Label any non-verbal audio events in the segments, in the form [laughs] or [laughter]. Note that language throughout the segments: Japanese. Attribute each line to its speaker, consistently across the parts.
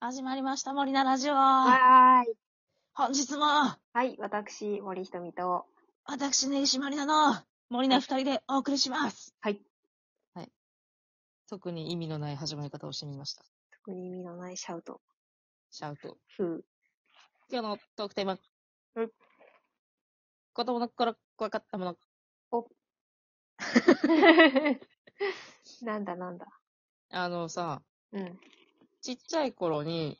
Speaker 1: 始まりました、森菜ラジオ。
Speaker 2: はーい。
Speaker 1: 本日も、
Speaker 2: はい、私、森ひとみと、
Speaker 1: 私、根岸まりなの、森菜二人でお送りします。
Speaker 2: はい。
Speaker 1: はい。特に意味のない始まり方をしてみました。
Speaker 2: 特に意味のないシャウト、
Speaker 1: シャウト。
Speaker 2: ふ [laughs] う。
Speaker 1: 今日のトークテーマ。
Speaker 2: うん
Speaker 1: 子供の頃怖かったもの。
Speaker 2: なんだなんだ。
Speaker 1: あのさ、
Speaker 2: うん。
Speaker 1: ちっちゃい頃に、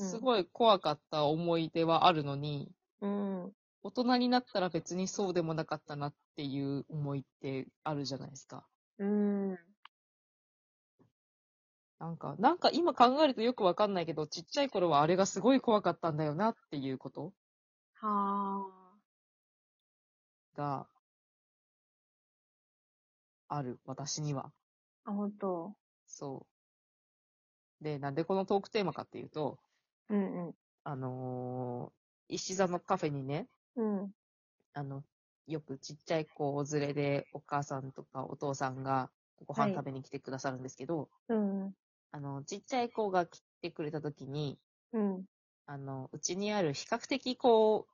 Speaker 2: うん
Speaker 1: すごい怖かった思い出はあるのに、
Speaker 2: うん。
Speaker 1: 大人になったら別にそうでもなかったなっていう思いってあるじゃないですか。
Speaker 2: うん。
Speaker 1: なんか、なんか今考えるとよくわかんないけど、ちっちゃい頃はあれがすごい怖かったんだよなっていうこと
Speaker 2: は
Speaker 1: が、ある、私には。
Speaker 2: あ。あ、ほんと。
Speaker 1: そう。で、なんでこのトークテーマかっていうと、
Speaker 2: うん
Speaker 1: あのー石座のカフェにね、
Speaker 2: うん。うん。
Speaker 1: あの、よくちっちゃい子連れでお母さんとかお父さんがご飯食べに来てくださるんですけど、
Speaker 2: うん。
Speaker 1: あの、ちっちゃい子が来てくれた時に、
Speaker 2: うん。
Speaker 1: あの、うちにある比較的こう、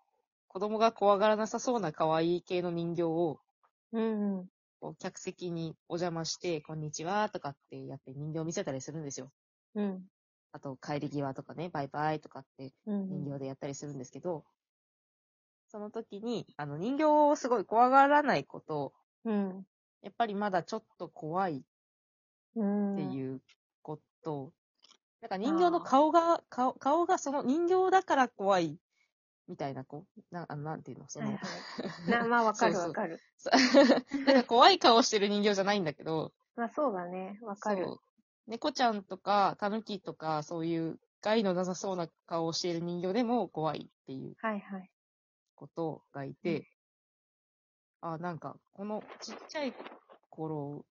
Speaker 1: 子供が怖がらなさそうな可愛い系の人形を、
Speaker 2: うん。うん。
Speaker 1: こう客席にお邪魔して、こんにちはとかってやって人形を見せたりするんですよ。
Speaker 2: うん。
Speaker 1: あと、帰り際とかね、バイバイとかって
Speaker 2: うん
Speaker 1: 人。形でやったりするんですけど、その時に、あの、人形をすごい怖がらないこと、
Speaker 2: うん。
Speaker 1: やっぱりまだちょっと怖い
Speaker 2: うん。
Speaker 1: って
Speaker 2: う。
Speaker 1: いうこと、なんか人形の顔が、顔顔がその人形だから怖いみたいな、こう、なあのなんていうの、そ
Speaker 2: はい
Speaker 1: の、
Speaker 2: は
Speaker 1: [laughs]
Speaker 2: い。なまあ、わかる
Speaker 1: そうそう
Speaker 2: わかる。
Speaker 1: そうなんか怖い顔してる人形じゃないんだけど、
Speaker 2: まあ、そうだね。わかる
Speaker 1: そ。う猫ちゃんとか、タヌキとか、そういう害のなさそうな顔をしている人形でも怖いっていう
Speaker 2: はいはい。
Speaker 1: ことがいて、あ、なんか、このちっちゃい頃、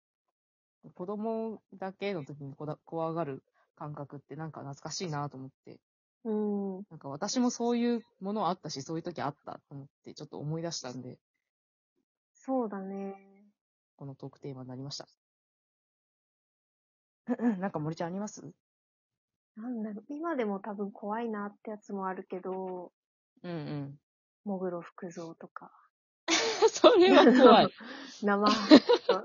Speaker 1: 子供だけの時にこだ怖がる感覚ってなんか懐かしいなと思って、
Speaker 2: うん。
Speaker 1: なんか私もそういうものあったし、そういう時あったと思って、ちょっと思い出したんで、
Speaker 2: そうだね。
Speaker 1: このトークテーマになりました。なんか森ちゃんあります
Speaker 2: なんだろう。今でも多分怖いなってやつもあるけど、
Speaker 1: うん
Speaker 2: [laughs]
Speaker 1: うん。
Speaker 2: もぐろ福蔵とか。
Speaker 1: それは怖い。
Speaker 2: 生、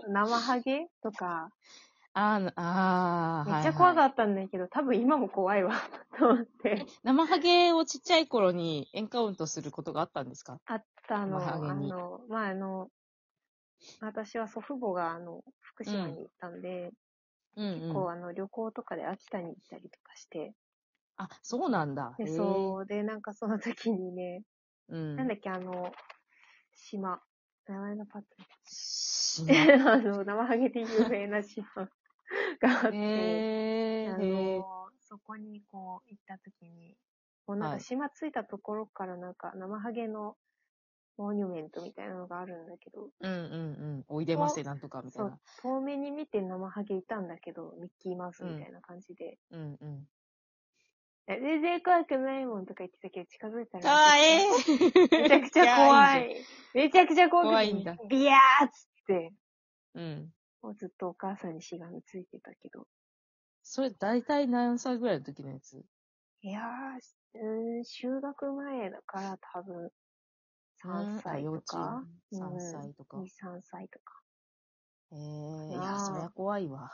Speaker 2: 生ハゲとか、
Speaker 1: [laughs] あーあー、
Speaker 2: めっちゃ怖
Speaker 1: っ
Speaker 2: かったんだけど、多分今も怖いわ、 [laughs] と思っ
Speaker 1: た。
Speaker 2: て。
Speaker 1: 生ハゲをちっちゃい頃にエンカウントすることがあったんですか
Speaker 2: あったの、
Speaker 1: 生ハ
Speaker 2: あ
Speaker 1: ゲに
Speaker 2: の、まあ、あの、私は祖父母が、あの、福島に行ったんで、
Speaker 1: うん、うん。
Speaker 2: こう、あの、旅行とかで秋田に行ったりとかして、
Speaker 1: あ、そうなんだ。
Speaker 2: で、
Speaker 1: へー
Speaker 2: そう、で、なんかその時にね、
Speaker 1: う。
Speaker 2: なん
Speaker 1: ん。
Speaker 2: だっけ、あの、島、名前のパッと
Speaker 1: 島
Speaker 2: [laughs] あの、生ハゲで有名な島があって、
Speaker 1: へ
Speaker 2: あ
Speaker 1: ー
Speaker 2: の
Speaker 1: へー
Speaker 2: そこにこう行った時に、こうなん
Speaker 1: は
Speaker 2: か
Speaker 1: い
Speaker 2: 島着いたところからなんか生ハゲのモニュメントみたいなのがあるんだけど、
Speaker 1: うんうんうん。おいでませなんとかみたいな。
Speaker 2: 遠目に見て生ハゲいたんだけど、ミッキーマウスみたいな感じで、
Speaker 1: うんうん。
Speaker 2: え全然怖くないもんとか言ってたけど、近づいたら。
Speaker 1: かわいい
Speaker 2: [laughs] めちゃくちゃ怖い。。めちゃくちゃ怖くて。
Speaker 1: 怖いんだ
Speaker 2: ビヤーっつって、
Speaker 1: うん。
Speaker 2: もうずっとお母さんにしがみついてたけど。
Speaker 1: それ大体何歳ぐらいの時のやつ
Speaker 2: いやー、うーん、修学前だから多分、3歳とか、
Speaker 1: うんあ幼
Speaker 2: うん
Speaker 1: 稚園3歳とか。
Speaker 2: 2、3
Speaker 1: へ
Speaker 2: 歳とか。
Speaker 1: えー、い
Speaker 2: あ
Speaker 1: や、
Speaker 2: ー
Speaker 1: そりゃ怖いわ。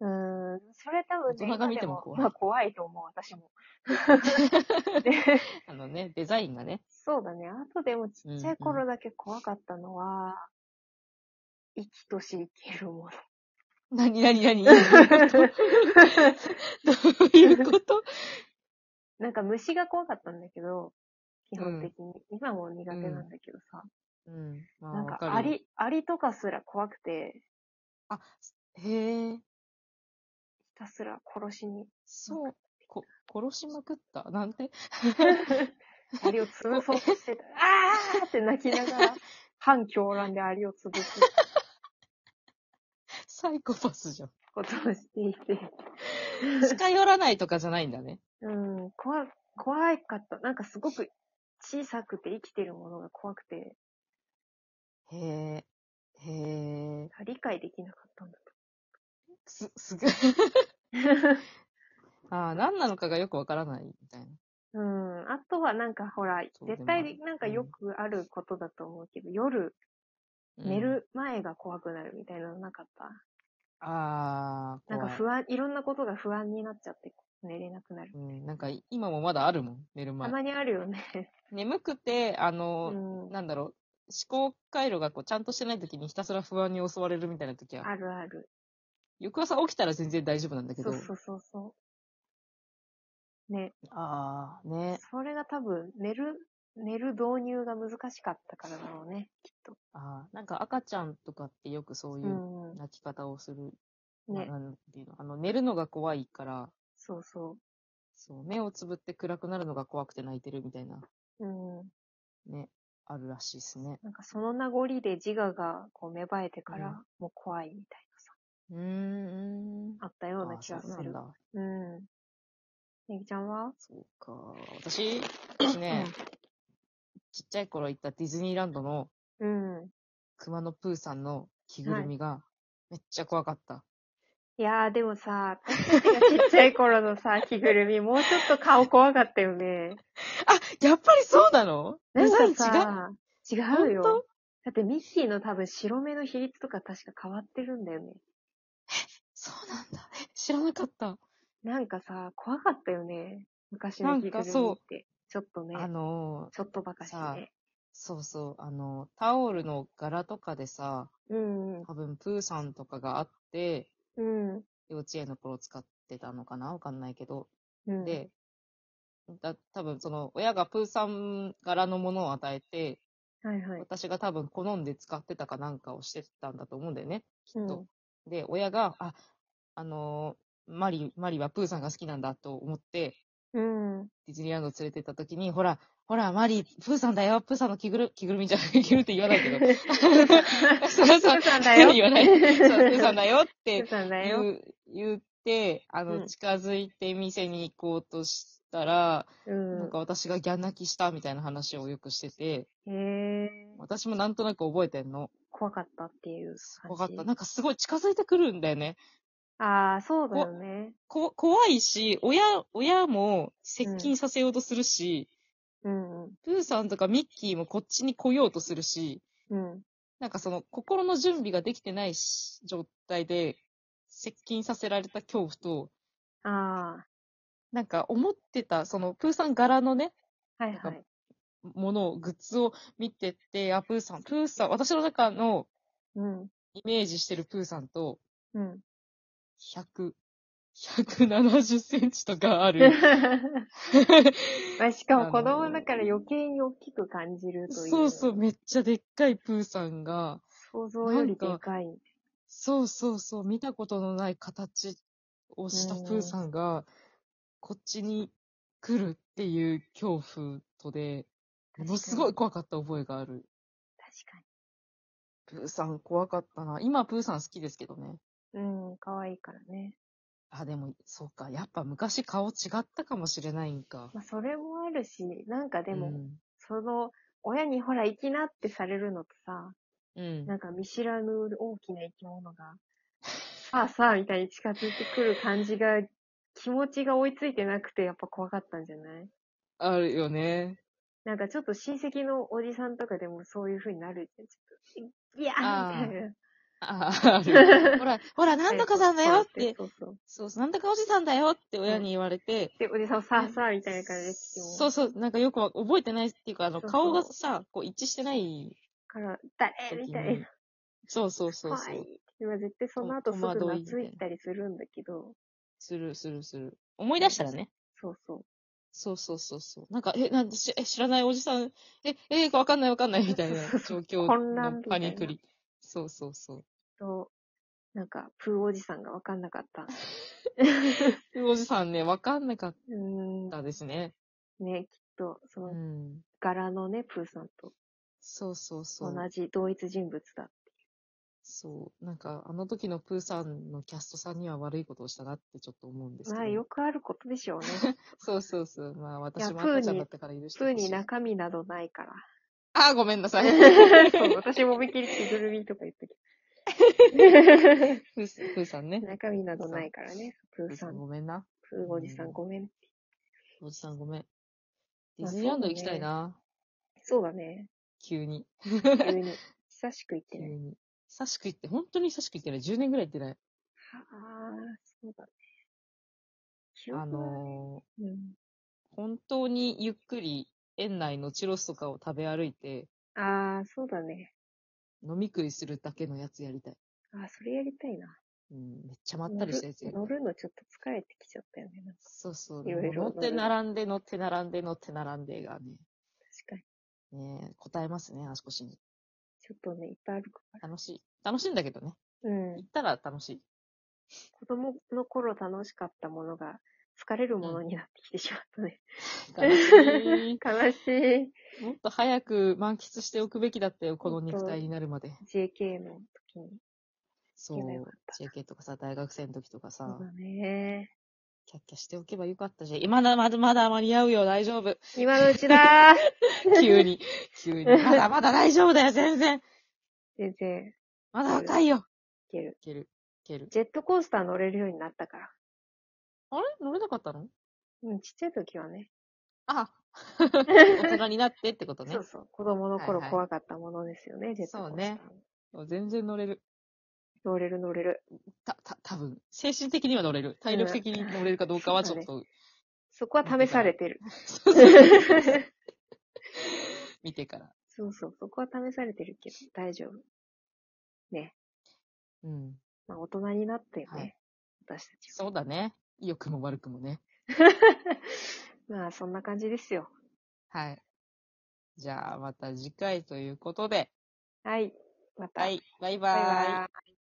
Speaker 2: うーん、それ多
Speaker 1: 大
Speaker 2: 分
Speaker 1: 人が見ても怖い
Speaker 2: 今でまあ怖いと思う、
Speaker 1: [laughs]
Speaker 2: 私も。で
Speaker 1: あのね、デザインがね。
Speaker 2: そうだね。あとでもちっちゃい頃だけ怖かったのは、生きとし生けるもの。
Speaker 1: なになになに [laughs] どういうこと
Speaker 2: なんか虫が怖かったんだけど、基本的に。今も苦手なんだけどさ。
Speaker 1: うん。まあ
Speaker 2: なん
Speaker 1: わ
Speaker 2: か
Speaker 1: るよ
Speaker 2: アリ、アリとかすら怖くて、
Speaker 1: あ、へえ。
Speaker 2: ひたすら殺し
Speaker 1: [laughs]
Speaker 2: に、
Speaker 1: そう。こ、殺しまくったなんて [laughs]
Speaker 2: アリを潰そうとしてた。あーって泣きながら、反狂乱でアリを潰す
Speaker 1: サイコパスじゃん。
Speaker 2: ことをしていて。
Speaker 1: 近寄らないとかじゃないんだね。
Speaker 2: うん、怖、怖かった。なんかすごく小さくて生きてるものが怖くて、
Speaker 1: へえ。へえ。
Speaker 2: 理解できなかったんだ
Speaker 1: [laughs] す、すごい。
Speaker 2: と。
Speaker 1: [laughs] ああ、何なのかがよくわからないみたいな。
Speaker 2: うん。あとはなんかほら、
Speaker 1: そうで
Speaker 2: 絶
Speaker 1: も
Speaker 2: 対
Speaker 1: ある
Speaker 2: なんかよくあることだと思うけど、夜
Speaker 1: うん
Speaker 2: 寝。る前が怖くなるみたいなのなかった、
Speaker 1: ああ、
Speaker 2: なん
Speaker 1: 怖
Speaker 2: か
Speaker 1: い
Speaker 2: 不安、いろんなことが不安になっちゃって寝れなくなる。
Speaker 1: うん、なんか今もまだあるもん、寝る
Speaker 2: た
Speaker 1: 前。
Speaker 2: まにあるよね。
Speaker 1: 眠くて、あ
Speaker 2: う
Speaker 1: の、
Speaker 2: ん。
Speaker 1: なんだろう、思考回路がこうちゃんとしてない時にひたすら不安に襲われるみたいな時は、
Speaker 2: あるある。
Speaker 1: 翌朝起きたら全然大丈夫なんだけ
Speaker 2: そ
Speaker 1: ど、
Speaker 2: うそうそうそう。ね。
Speaker 1: ああ、ね、
Speaker 2: それが多分、寝る、寝る導入が難しかったからだろうね、きっと。
Speaker 1: あーなんか赤ちゃんとかってよくそう
Speaker 2: う
Speaker 1: いうん
Speaker 2: う
Speaker 1: 泣き方をする、
Speaker 2: ん。ね
Speaker 1: な。なんていうの、あの、寝るのが怖いから、
Speaker 2: そうそ
Speaker 1: そう、目をつぶって暗くなるのが怖くて泣いてるみたいな、
Speaker 2: う。うん。
Speaker 1: ね、あるらしいですね。
Speaker 2: なんかその名残で自我がこう芽生えてか
Speaker 1: う
Speaker 2: ら、もう怖いみたいなさ、
Speaker 1: うーん。
Speaker 2: あったよう
Speaker 1: あ
Speaker 2: な
Speaker 1: ー
Speaker 2: 気がす
Speaker 1: そうなん
Speaker 2: る。
Speaker 1: だ。
Speaker 2: うん。ねぎちゃんは
Speaker 1: そうか。私、私ね、ちっちゃい頃行ったディズニーランドの
Speaker 2: うん。うん
Speaker 1: 熊野プーさんの着ぐるみが、めっちゃ怖かった。
Speaker 2: いやーでもさ、私たちがちっちゃい頃のさ、着ぐるみ、もうちょっと顔怖かったよね。
Speaker 1: あ、やっぱりそうなのデザイン
Speaker 2: な
Speaker 1: 違
Speaker 2: ん
Speaker 1: う
Speaker 2: かさ、違う
Speaker 1: 本
Speaker 2: よ。だってミッキーの多分白目の比率とか確か変わってるんだよね。
Speaker 1: そうなんだ。え知らなかった。
Speaker 2: なんかさ、怖かったよね。昔の着ぐるみ
Speaker 1: なんかそう
Speaker 2: って。ちょっとね、
Speaker 1: あのー、
Speaker 2: ちょっとばかし
Speaker 1: さ
Speaker 2: ね。
Speaker 1: そうそう、あのー、タオルの柄とかでさ、
Speaker 2: うん
Speaker 1: 多分プーさんとかがあって、
Speaker 2: うん。
Speaker 1: 幼稚園の頃使ってたのかなわかんないけど。
Speaker 2: うん。、
Speaker 1: で、だ多分その、親がプーさん柄のものを与えて、
Speaker 2: はいはい。
Speaker 1: 私が多分好んで使ってたかなんかをしてたんだと思うんだよね、きっ
Speaker 2: う
Speaker 1: と
Speaker 2: ん。
Speaker 1: で、親が、あ、あのーマリ、マリはプーさんが好きなんだと思って、
Speaker 2: うん。
Speaker 1: ディズニーランド連れてった時に、ほら、ほら、マリ、プーさんだよ、プーさんの [laughs] 着ぐる、着ぐるみじゃない、着ぐるみって言わないけど、 [laughs] そうそう、
Speaker 2: プーさんだよ
Speaker 1: 言わない。そうプーさんだよっ
Speaker 2: [laughs] プ
Speaker 1: て
Speaker 2: ーさんだ
Speaker 1: 言
Speaker 2: よ。
Speaker 1: う、言って、あ
Speaker 2: う
Speaker 1: の、
Speaker 2: ん
Speaker 1: 近づいて店に行こうとしたら、
Speaker 2: うん
Speaker 1: なんか私がギャン泣きしたみたいな話をよくしてて、
Speaker 2: へえ。
Speaker 1: 私もなんとなく覚えてんの。
Speaker 2: 怖かったっていう感
Speaker 1: わか
Speaker 2: じ。
Speaker 1: った。なんかすごい近づいてくるんだよね。
Speaker 2: ああ、そうだよね。
Speaker 1: こ、怖いし、親、親も接近させようとするし、
Speaker 2: うん。うん。
Speaker 1: プーさんとかミッキーもこっちに来ようとするし、
Speaker 2: うん。
Speaker 1: なんかその心の準備ができてないし状態で接近させられた恐怖と、
Speaker 2: あ
Speaker 1: なんか思ってた、そのプーさん柄のね、
Speaker 2: あ、はい
Speaker 1: な
Speaker 2: は
Speaker 1: ん
Speaker 2: い。
Speaker 1: ものを、グッズを見てって、あ、プーさん、プーさん、私の中の
Speaker 2: うん。
Speaker 1: イメージしてるプーさんと、
Speaker 2: うん。
Speaker 1: 100、170センチとかあ [laughs] る。
Speaker 2: [laughs] まあしかも子供だから余計に大きく感じるという。
Speaker 1: そうそう、。めっちゃでっかいプーさんが、
Speaker 2: 想像よりでかい。
Speaker 1: そうそうそう、見たことのない形をしたプーさんが、こっちに来るっていう恐怖とで、ものすごい
Speaker 2: 確か
Speaker 1: 怖かった覚えがある。
Speaker 2: に。
Speaker 1: プーさん怖かったな。今プーさん好きですけどね。
Speaker 2: 確かに。うん、可愛いからね。
Speaker 1: あ、でも、そうか。やっぱ昔顔違ったかもしれないんか。
Speaker 2: まあ、それもあるし、なんかでも、
Speaker 1: うん。
Speaker 2: その、親にほら、行きなってされるのとさ、
Speaker 1: うん
Speaker 2: なんか見知らぬ大きな生き物が、さあさあみたいに近づいてくる感じが、気持ちが追いついてなくて、やっぱ怖かったんじゃない
Speaker 1: あるよね。
Speaker 2: なんかちょっと親戚のおじさんとかでもそういう風になるじゃん。ちょっと、いや
Speaker 1: あ
Speaker 2: ー
Speaker 1: ー
Speaker 2: みたいな。
Speaker 1: あ [laughs] ある。ほら、ほら、なんとかさんだよっ
Speaker 2: そうや
Speaker 1: て、
Speaker 2: ってそうそう。
Speaker 1: そうそう、なんとかおじさんだよって親に言われて、
Speaker 2: で、おじさんさあさあみたいな感じで来ても。
Speaker 1: そうそう、なんかよくわ覚えてないっていうか、あの、
Speaker 2: そうそう
Speaker 1: 顔がさ、こう一致してない
Speaker 2: から、誰
Speaker 1: 時に。
Speaker 2: みたいな。
Speaker 1: そうそうそう
Speaker 2: 怖
Speaker 1: そ。。
Speaker 2: いうでも絶対その後すぐ
Speaker 1: 戸惑いみたい
Speaker 2: 懐
Speaker 1: ない
Speaker 2: たりするんだけど、
Speaker 1: する、する、する。思い出したらね。
Speaker 2: そうそう。
Speaker 1: そうそうそうそう。なんか、え、なんでし、え、知らないおじさん、え、え、わかんないわかんないみたいな
Speaker 2: そう
Speaker 1: 状
Speaker 2: そ
Speaker 1: 況
Speaker 2: う混乱
Speaker 1: の
Speaker 2: みた
Speaker 1: パ
Speaker 2: いな
Speaker 1: ニクリ。そうそうそう。
Speaker 2: と、なんか、プーおじさんがわかんな
Speaker 1: [laughs]
Speaker 2: かった。
Speaker 1: おじさんね、わかんなかっ
Speaker 2: うー
Speaker 1: たですね。
Speaker 2: ん。ね、きっと、そうの
Speaker 1: ん。
Speaker 2: 柄のね、プーさんと
Speaker 1: そうそうそ
Speaker 2: 同
Speaker 1: う。
Speaker 2: じ同一人物だ。
Speaker 1: そう。なんか、あの時のプーさんのキャストさんには悪いことをしたなってちょっと思うんですけど。
Speaker 2: まあ、よくあることでしょうね。
Speaker 1: [laughs] そうそうそう。まあ、
Speaker 2: い
Speaker 1: 私
Speaker 2: や
Speaker 1: も
Speaker 2: プーに
Speaker 1: 赤ちゃんだったから許して
Speaker 2: プ
Speaker 1: ほ
Speaker 2: ー
Speaker 1: しい
Speaker 2: に中身などな
Speaker 1: [laughs]
Speaker 2: いから。
Speaker 1: あーごめんな
Speaker 2: [laughs]
Speaker 1: さい。
Speaker 2: そう私も思いっきり着ぐるみとか言ったけ
Speaker 1: プープーさんね [laughs]
Speaker 2: ど。。中身などないからね、プ
Speaker 1: プー
Speaker 2: ーさ
Speaker 1: さん
Speaker 2: ん。
Speaker 1: ごめんな。
Speaker 2: プーおじさ
Speaker 1: うん
Speaker 2: んごめん。
Speaker 1: おじさんごめん。デ
Speaker 2: ま
Speaker 1: ィ
Speaker 2: あ
Speaker 1: ズニーランド行きたいな。
Speaker 2: そうだね。
Speaker 1: 急に。
Speaker 2: 急に。久しく行って
Speaker 1: [laughs] 急
Speaker 2: ない。
Speaker 1: に。久しく行って、本当に久しく行ってない。10年ぐらい行ってない。
Speaker 2: ああ、そうだね。記憶は
Speaker 1: あの
Speaker 2: うん。
Speaker 1: ー、本当にゆっくり園内のチュロスとかを食べ歩いて、
Speaker 2: ああ、そうだね。
Speaker 1: 飲み食いするだけのやつやりたい。
Speaker 2: ああ、それやりたいな。
Speaker 1: うん、めっちゃまったりしたやつやりたい
Speaker 2: 乗るのちょっと疲れてきちゃったよね。なんか
Speaker 1: そうそう。
Speaker 2: いろいろ
Speaker 1: 乗って並んで、乗って並んで、乗って並んでがね、
Speaker 2: 確かに。
Speaker 1: ねえ答えますね、足腰に。
Speaker 2: ちょっとね、いっぱいあるか
Speaker 1: 楽しい。楽しいんだけどね。
Speaker 2: ら。うん
Speaker 1: 行っ。たら楽 [laughs] しい。
Speaker 2: 子供の頃楽しかったものが疲れるものになってきてしまったね。
Speaker 1: 悲し
Speaker 2: [laughs] 悲しい。
Speaker 1: い。もっと早く満喫しておくべきだったよ、この肉体になるまで。
Speaker 2: JK の時に。
Speaker 1: そう
Speaker 2: いけばよかっ。
Speaker 1: JK とかさ、大学生の時とか
Speaker 2: そ
Speaker 1: さ
Speaker 2: う、だね。
Speaker 1: キャッキャしておけばよかったじゃん。今だ、まだまだ間に合うよ、大丈夫。
Speaker 2: 今のうち [laughs] だー
Speaker 1: 急 [laughs] に、急に。まだまだ大丈夫だよ、全然。
Speaker 2: 全然い
Speaker 1: まだ若いよ。
Speaker 2: ける。
Speaker 1: いける、いける。
Speaker 2: ジェットコースター乗れるようになったから。
Speaker 1: あれ乗れなかったの
Speaker 2: うん、ちっちゃい時はね。
Speaker 1: [laughs] あ、大人になってってことね
Speaker 2: そう。そう。子供の頃
Speaker 1: はいはい
Speaker 2: 怖かったものですよね、ジェットコースター。
Speaker 1: そうね。全然乗れる。
Speaker 2: 乗れる乗れる。
Speaker 1: た、た、多分精神的には乗れる。体力的に乗れるかどうかはちょっと、
Speaker 2: そこは試されてる。
Speaker 1: [laughs] そうそう見てから。 [laughs]
Speaker 2: そうそう。そこは試されてるけど、大丈夫。
Speaker 1: うん。
Speaker 2: まあ、大人になってね。
Speaker 1: はい
Speaker 2: 私たちは。 [laughs]
Speaker 1: そうだね。良くも悪くもね。
Speaker 2: まあ、そんな感じですよ。
Speaker 1: はい。じゃあ、また次回ということで。
Speaker 2: はい。また。
Speaker 1: はい。バイバ
Speaker 2: バイ
Speaker 1: ーイ
Speaker 2: バイ。